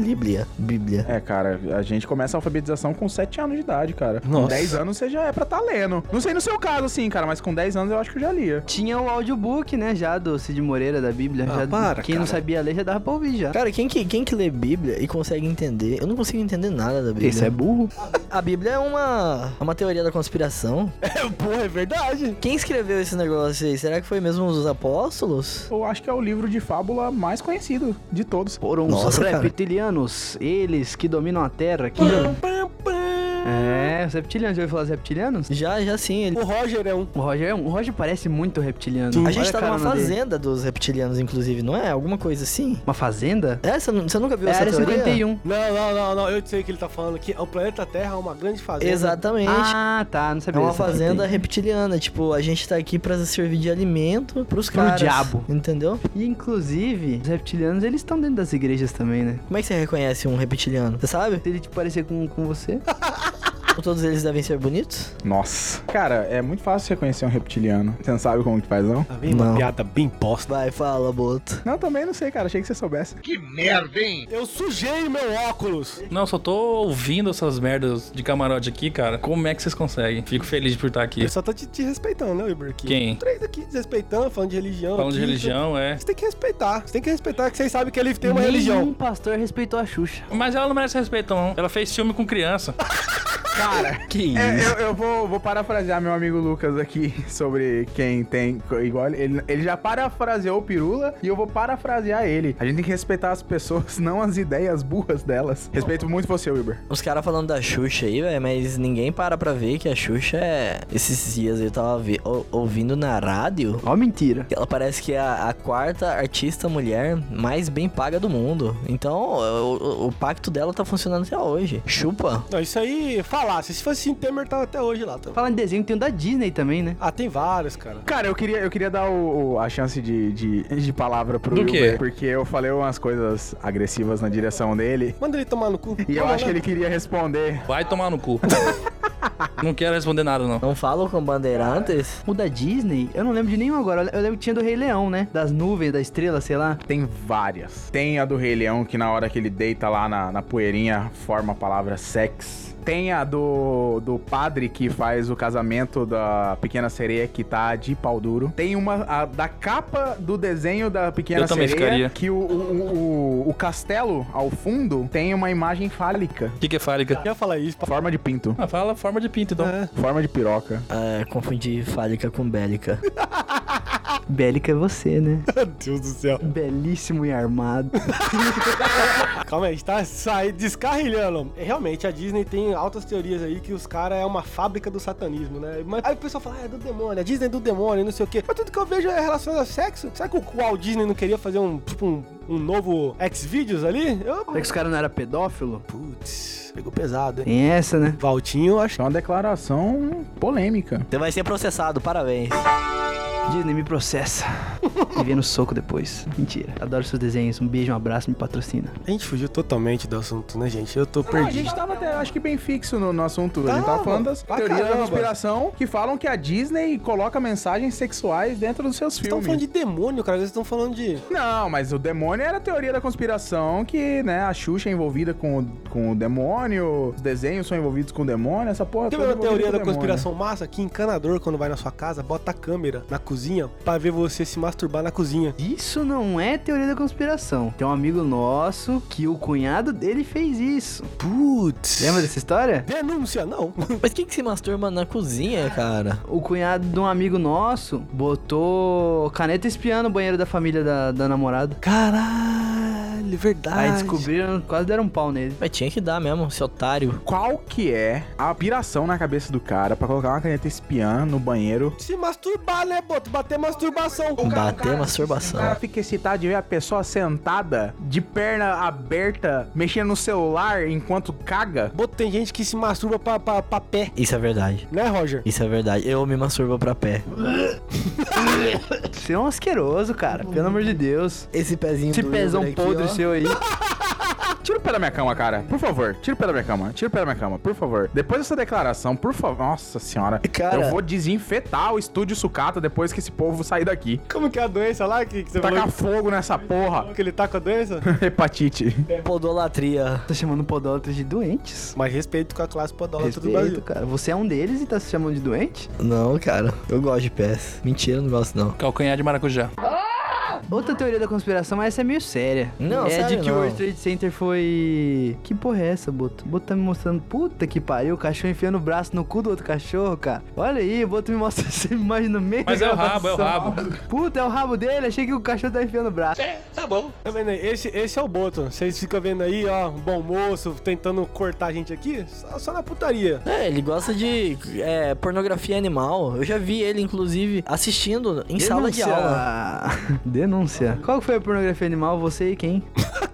D: Bíblia, Bíblia.
C: É, cara, a gente começa a alfabetização com 7 anos de idade, cara. Com
B: Nossa.
C: 10 anos você já é pra tá lendo. Não sei no seu caso, assim, cara, mas com 10 anos eu acho que eu já lia.
E: Tinha o audiobook, né, já do Cid Moreira da Bíblia.
B: Ah,
E: já,
B: para,
E: quem não
B: cara.
E: sabia ler já dava pra ouvir já.
D: Cara, quem que, quem que lê Bíblia e consegue entender? Eu não consigo entender nada da Bíblia.
E: Isso é burro.
D: A Bíblia é uma, é uma teoria da conspiração.
B: É, porra, é verdade.
D: Quem escreveu esse negócio aí? Será que foi mesmo os apóstolos?
C: Eu acho que é o livro de fábula mais conhecido de todos.
E: Foram os
D: Nossa, cara.
E: reptilianos, eles que dominam a terra. Que... é, os reptilianos, já ouviu falar dos reptilianos?
D: Já, já sim. ele-
B: O Roger é um.
E: O Roger, é um- o Roger parece muito reptiliano.
D: A
E: Olha
D: gente tá numa
E: carona dele.
D: fazenda dos reptilianos, inclusive, não é? Alguma coisa assim?
E: Uma fazenda?
D: É, você nu- você nunca viu
E: É a
D: essa
E: área
D: teoria?
E: 51.
B: Não, não, não, não. Eu sei o que ele tá falando que o planeta Terra é uma grande fazenda.
D: Exatamente.
E: Ah, tá, não
D: É
E: sabia
D: uma
E: dessa
D: fazenda
E: fita
D: reptiliana, tipo, a gente tá aqui pra servir de alimento pros
E: Pro
D: caras.
E: diabo.
D: Entendeu?
E: aí. E inclusive, os reptilianos, eles estão dentro das igrejas também, né?
D: Como é que você reconhece um reptiliano? Você sabe?
E: Se ele te parecer com, com você,
D: Todos eles devem ser bonitos?
C: Nossa. Cara, é muito fácil reconhecer um reptiliano. Você não sabe como que faz, não?
B: Tá vendo? Uma
D: Não.
B: piada bem bosta.
D: Vai, fala, Boto.
C: Não, também não sei, cara. Achei que você soubesse.
B: Eu sujei meu óculos.
F: Não, só tô ouvindo essas merdas de camarote aqui, cara. Como é que vocês conseguem? Fico feliz por estar aqui.
B: Eu só tô te, te respeitando, né, Iber? Aqui.
F: Quem?
B: Três aqui desrespeitando, falando de religião.
F: Falando de
B: aqui,
F: religião, é.
B: Você tem que respeitar. Você tem que respeitar que vocês sabem que ele tem uma
E: nenhum
B: religião.
E: pastor respeitou a Xuxa.
F: Mas ela não merece respeito, não. Ela fez filme com criança.
C: Cara,
D: Que isso?
C: é, eu, eu vou, vou parafrasear meu amigo Lucas aqui (laughs) sobre quem tem. Igual ele- ele, ele já parafraseou o Pirula e eu vou parafrasear ele. A gente tem que respeitar as pessoas, (laughs) não as ideias burras delas. Respeito muito você, Wilber.
D: Os caras falando da Xuxa aí, velho, mas ninguém para pra ver que a Xuxa é. Esses dias eu tava vi- ou- ouvindo na rádio.
E: Ó, mentira.
D: que Ela parece que é a, a quarta artista mulher mais bem paga do mundo. Então, o, o- o pacto dela tá funcionando até hoje. Chupa.
B: é. Não, isso aí, falácia. Se fosse assim, Temer tava até hoje lá. Tá?
E: Falando em desenho, tem o da Disney também, né?
B: Ah, tem vários, cara.
C: Cara, eu queria, eu queria dar o- o- a chance de, de, de palavra pro
F: Do
C: Wilber,
F: quê?
C: porque eu falei umas coisas agressivas na direção dele.
B: Manda ele tomar no cu.
C: E eu
B: Fala,
C: acho que
B: né?
C: ele queria responder.
F: Vai tomar
B: (laughs)
F: no cu. não quero responder nada, não.
D: Não falam com bandeirantes?
E: O da Disney, eu não lembro de nenhum agora. Eu lembro que tinha do Rei Leão, né? Das nuvens, da estrela, sei lá.
C: Tem várias. Tem a do Rei Leão, que na hora que ele deita lá na, na poeirinha, forma a palavra sex. Tem a do, do padre que faz o casamento da pequena sereia que tá de pau duro. Tem uma a da capa do desenho da pequena
F: Eu também
C: sereia
F: ficaria.
C: que o, o, o, o castelo ao fundo tem uma imagem fálica.
F: O que, que é fálica?
B: Eu ia falar isso. pá.
C: Forma de pinto.
F: Ah, fala forma de pinto, então.
B: É.
C: Forma de piroca.
D: Ah, confundi fálica com bélica.
E: Bélica é você, né?
B: Meu Deus do céu.
E: (laughs) Belíssimo e armado.
B: Calma aí, a gente tá sai, descarrilhando. É, Realmente, a Disney tem altas teorias aí que os caras é uma fábrica do satanismo, né? Mas aí o pessoal fala, ah, é do demônio, a Disney é do demônio, não sei o quê. Mas tudo que eu vejo é relacionado a sexo. Será que o Walt Disney não queria fazer um, tipo, um, um novo X-Videos ali? Eu...
E: Será É que os caras não eram pedófilo?
B: Putz, pegou pesado, hein?
E: Tem essa, né?
B: Valtinho, eu acho
C: É uma declaração polêmica.
D: Você vai ser processado, parabéns.
E: Disney me (laughs) processa. Me vê no soco depois. Mentira. Adoro seus desenhos. Um beijo, um abraço, me patrocina.
B: A gente fugiu totalmente do assunto, né, gente? Eu tô
C: Não, a
B: perdido.
C: gente tá tava até, acho que bem fixo no, no assunto. a gente tava
B: Tava,
C: falando das
B: pra
C: teorias da
B: caramba.
C: conspiração que falam que a Disney coloca mensagens sexuais dentro dos seus
B: Vocês estão
C: filmes.
B: falando de demônio, cara. Vocês estão falando de.
C: Não, mas o demônio era a teoria da conspiração que, né, a Xuxa é envolvida com o, com o demônio, os desenhos são envolvidos com o demônio, essa porra
B: Tem
C: toda
B: uma
C: envolvida
B: teoria da
C: com o Tá demônio.
B: conspiração massa que encanador, quando vai na sua casa, bota a câmera na cozinha pra ver você se masturbar na cozinha.
E: Isso não é teoria da conspiração. Tem um amigo nosso que o cunhado dele fez isso.
B: Putz.
E: Lembra dessa história?
B: Denúncia, não. (laughs)
D: Mas quem que se masturba na cozinha, cara?
E: O cunhado de um amigo nosso botou caneta espiã no banheiro da família da, da namorada.
B: Caralho, verdade.
E: Aí descobriram, quase deram um pau nele.
D: Mas tinha que dar mesmo, esse otário.
C: Qual que é a piração na cabeça do cara pra colocar uma caneta espiã no banheiro?
B: Se masturbar, né, Boto? Bater masturbação.
D: Bater masturbação.
C: O cara fica excitado de ver a pessoa sentada, de perna aberta, mexendo no celular enquanto caga.
B: Boto, tem gente que se masturba pra, pra, pra pé,
D: Isso é verdade.
B: né, Roger?
D: Isso é verdade. Eu me masturbo pra pé.
E: Você é um asqueroso,
B: Tá
E: cara. Pelo amor de Deus.
D: Esse pezinho
E: Esse
D: do
E: pezão
D: Igor aqui,
E: podre
D: ó.
B: (laughs)
E: seu aí.
C: Tira o pé da minha cama, cara. Por favor, tira o pé da minha cama. Tira o pé da minha cama, por favor. Depois dessa declaração, por favor. Nossa senhora.
D: Cara.
C: Eu vou desinfetar o estúdio sucata depois que esse povo sair daqui.
B: Como que é a doença lá que, que você
C: Tacar
B: falou?
C: fogo nessa porra.
B: Que ele tá com a doença?
C: (laughs) Hepatite.
D: Podolatria.
E: Tá chamando podólatras de doentes.
B: Mas respeito com a classe podólatra do
E: Respeito,
B: Brasil.
E: cara. Você é um deles e tá se chamando de doente?
D: Não, cara. Eu gosto de pés. Mentira, eu não gosto, não.
F: Calcanhar de maracujá.
E: Outra teoria da conspiração, mas essa é meio séria.
D: Não,
E: É
D: sério
E: de que
D: não.
E: o World Trade Center foi... Que porra é essa, Boto? O Boto tá me mostrando... Puta que pariu, o cachorro enfiando o braço no cu do outro cachorro, cara. Olha aí, o Boto me mostra (laughs) essa imagem no meio
F: Mas
E: da
F: é o rabo, é o
E: gravação.
F: rabo.
E: Puta, é o rabo dele, achei que o cachorro tá enfiando o braço.
D: É,
B: Tá vendo aí? Esse, esse é o Boto. Vocês ficam vendo aí, ó, um bom moço tentando cortar a gente aqui? Só, só na putaria. (laughs)
D: É, ele gosta de é, pornografia animal. Eu já vi ele, inclusive, assistindo em sala de aula.
E: (laughs) Denúncia. Qual que foi a pornografia animal? Você e quem?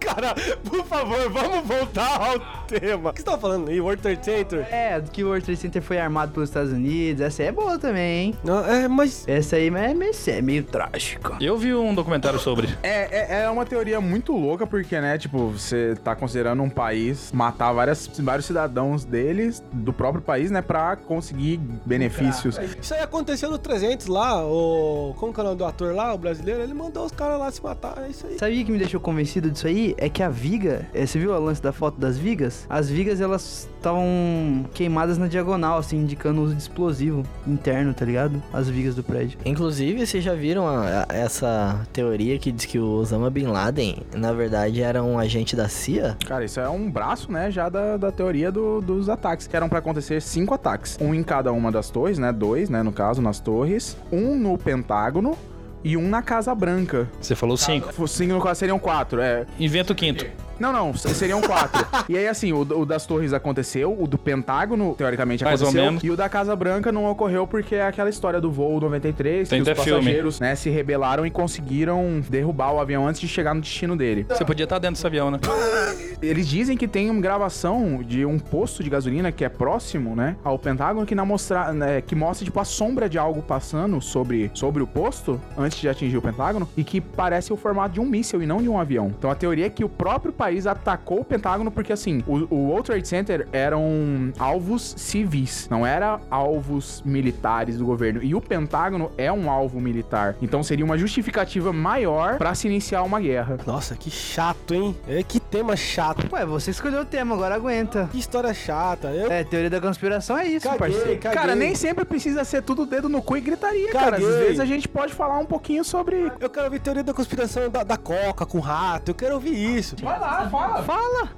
B: Cara, por favor, vamos voltar ao tema. O que você tá falando aí, World Trade Center?
E: É, do que o World Trade Center foi armado pelos Estados Unidos. Essa aí é boa também, hein?
B: Não, é, mas.
E: Essa aí é meio, é meio trágica.
F: Eu vi um documentário sobre.
C: É, é, é uma teoria muito louca, porque, né, tipo, você tá considerando um país matar várias, vários cidadãos deles, do próprio país, né, pra conseguir benefícios.
B: Isso aí aconteceu no 300 lá, o. Como que é o nome do ator lá, o brasileiro? Ele mandou os caras lá se matar, é isso aí.
E: Sabe o que me deixou convencido disso aí? É que a viga, eh, você viu o lance da foto das vigas? As vigas elas estavam queimadas na diagonal, assim, indicando o uso de explosivo interno, tá ligado? As vigas do prédio.
D: Inclusive, vocês já viram a- a- essa teoria que diz que o Osama Bin Laden, na verdade, era um agente da CIA?
C: Cara, isso é um braço, né, já da, da teoria do- dos ataques, que eram pra acontecer cinco ataques. Um em cada uma das torres, né, dois, né, no caso, nas torres, um no Pentágono e um na Casa Branca.
F: Você falou cinco.
C: Fo- Cinco, no caso, seriam quatro, é.
F: Inventa o quinto.
C: Não, não, s- seriam
F: (laughs)
C: quatro. e aí, assim, o, do- o das torres aconteceu, o do Pentágono, teoricamente,
F: Mais ou
C: aconteceu.
F: menos.
C: E o da Casa Branca não ocorreu porque é aquela história do voo 93,
F: Tem
C: que os
F: até filme.
C: passageiros, né, se rebelaram e conseguiram derrubar o avião antes de chegar no destino dele.
F: Você podia estar dentro desse avião, né?
C: Eles dizem que tem uma gravação de um posto de gasolina que é próximo, né, ao Pentágono, que, na mostra, né, que mostra, tipo, a sombra de algo passando sobre, sobre o posto, antes de atingir o Pentágono, e que parece o formato de um míssil e não de um avião. Então, a teoria é que o próprio país atacou o Pentágono porque, assim, o, o World Trade Center eram alvos civis, não era alvos militares do governo. E o Pentágono é um alvo militar. Então, seria uma justificativa maior pra se iniciar uma guerra.
B: Nossa, que chato, hein? É, que tema chato.
E: Ué, você escolheu o tema, agora aguenta.
B: Que história chata. Eu
E: É, teoria da conspiração é isso,
B: Caguei,
E: parceiro.
B: caguei.
C: Cara, nem sempre precisa ser tudo dedo no cu e gritaria, cara. Às
B: Caguei.
C: vezes a gente pode falar um pouquinho sobre.
B: Eu quero ouvir teoria da conspiração da, da coca com rato. Eu quero ouvir isso.
C: Vai lá, fala.
E: Fala!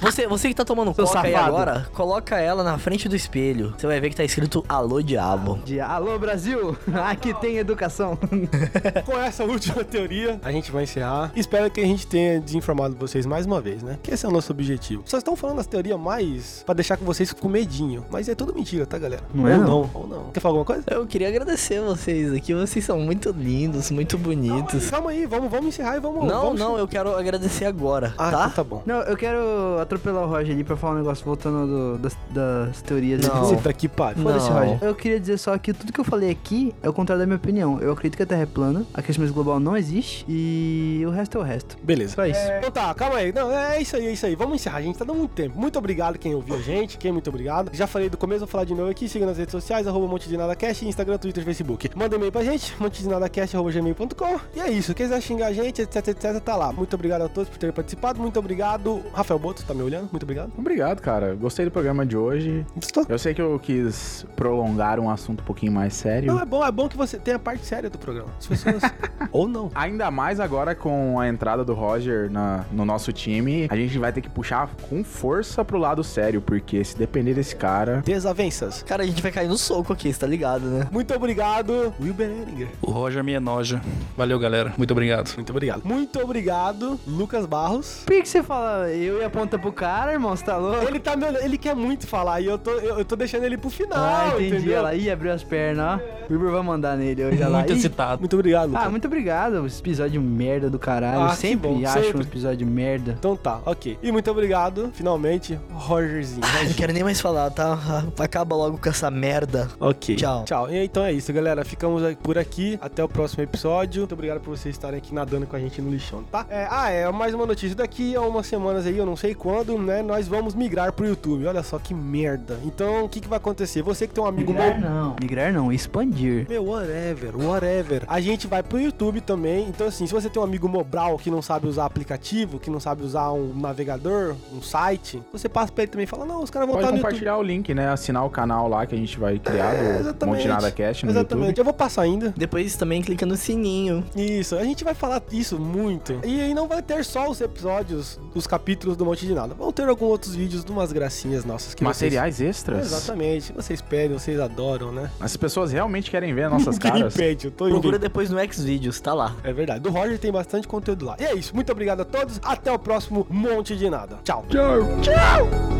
D: Você, você que tá tomando
E: Seu
D: coca aí
E: safado.
D: agora, coloca ela na frente do espelho. Você vai ver que tá escrito Alô Diabo.
E: De alô Brasil, (laughs) aqui tem educação. (laughs)
B: Com essa (laughs) última teoria, a gente vai encerrar. Espero que a gente tenha desinformado vocês mais uma vez, né? Que esse é o nosso objetivo. Só estão falando as teorias mais pra deixar com vocês com medinho. Mas é tudo mentira, tá, galera?
E: Não
B: ou
E: é,
B: não. ou não. Quer falar alguma coisa?
D: Eu queria agradecer vocês aqui, vocês são muito lindos, muito bonitos.
B: Calma aí, vamos, vamos encerrar e vamos.
D: Não,
B: vamos
D: não, eu quero agradecer agora,
B: Ah,
D: tá?
B: então tá bom.
E: Não, eu quero atropelar o Roger ali pra falar um negócio voltando do- das, das teorias.
D: Não.
E: (laughs) Esse
B: Puta que pariu.
E: Foda-se,
D: Não.
E: Roger. Eu queria dizer só que tudo que eu falei aqui é o contrário da minha opinião. Eu acredito que a Terra é plana, aquecimento global não existe e o resto é o resto.
B: Beleza.
E: Só isso.
B: Então tá, calma aí. Não, é isso aí, é isso aí. Vamos encerrar, gente. Tá dando muito tempo. Muito obrigado quem ouviu a gente. Quem é muito obrigado. Já falei do começo, vou falar de novo aqui. Siga nas redes sociais, arroba Monte de Nada Cast, Instagram, Twitter, Facebook. Manda e-mail pra gente, montedinadacast, arroba gmail.com. E é isso. Quem quiser xingar a gente, etc, etc, tá lá. Muito obrigado a todos por terem participado. Muito obrigado. Rafael Boto, tá me olhando? Muito obrigado.
C: Obrigado, cara. Gostei do programa de hoje.
B: Estou.
C: Eu sei que eu quis prolongar um assunto um pouquinho mais sério.
B: Não, é bom, é bom que você tenha a parte séria do programa. As pessoas. Ou não.
C: Ainda mais agora com a entrada do Roger na- no nosso time, a gente vai ter que puxar com força pro lado sério, porque se depender desse cara.
B: Desavenças.
D: Cara, a gente vai cair no soco aqui, você tá ligado, né?
B: Muito obrigado, Wilber Eringer.
F: O Roger me enoja. Valeu, galera. Muito obrigado.
B: Muito obrigado. Muito obrigado, Lucas Barros.
E: Por que, que você fala eu e aponta pro cara, irmão? Você tá louco?
B: Ele tá me olhando, ele quer muito falar e eu tô, eu, eu tô deixando ele pro final,
E: Ah, entendi.
B: entendeu?
E: Olha lá, ih, abriu as pernas, ó. O Uber vai mandar nele hoje, olha lá.
F: Muito
E: Ih.
F: excitado.
B: Muito obrigado. Lucas.
E: Ah, muito obrigado. Esse episódio merda do caralho.
B: Ah,
E: Eu
B: que
E: sempre
B: bom,
E: acho
B: sempre.
E: um episódio merda.
B: Então tá, ok. E muito obrigado, finalmente, Rogerzinho.
D: Ah, não quero nem mais falar, tá? Ah, Acaba logo com essa merda.
B: Ok.
D: Tchau.
B: Tchau. E Então é isso, galera. Ficamos aí por aqui. Até o próximo episódio. Muito obrigado por vocês estarem aqui nadando com a gente no lixão, tá? É, ah, é. Mais uma notícia. Daqui a umas semanas aí, eu não sei quando, né? Nós vamos migrar pro YouTube. Olha só que merda. Então, o que, que vai acontecer? Você que tem um amigo bom.
E: não. Migrar não, expandir.
B: Meu, whatever, whatever. A gente vai pro YouTube também. Então, assim, se você tem um amigo Mobral que não sabe usar aplicativo, que não sabe usar um navegador, um site, você passa pra ele também e fala: Não, os caras vão
C: Pode
B: estar no YouTube.
C: compartilhar o link, né? Assinar o canal lá que a gente vai criar do
B: exatamente.
C: Monte Nada Cast no
B: Exatamente. Eu vou passar ainda.
D: Depois também clica no sininho.
B: Isso, a gente vai falar isso muito. E aí não vai ter só os episódios, os capítulos do Monte de Nada. Vão ter alguns outros vídeos de umas gracinhas nossas que
C: YouTube. Materiais extras.
B: Vocês... Exatamente. Vocês pedem, vocês adoram, né?
C: As pessoas realmente querem ver (laughs) nossas
B: Ninguém
C: caras.
B: pede, eu tô indo.
D: Procura depois no Xvideos, tá lá.
B: É verdade. Do Roger tem bastante conteúdo lá. E é isso. Muito obrigado a todos. Até o próximo Monte de Nada. Tchau.
C: Tchau! Tchau!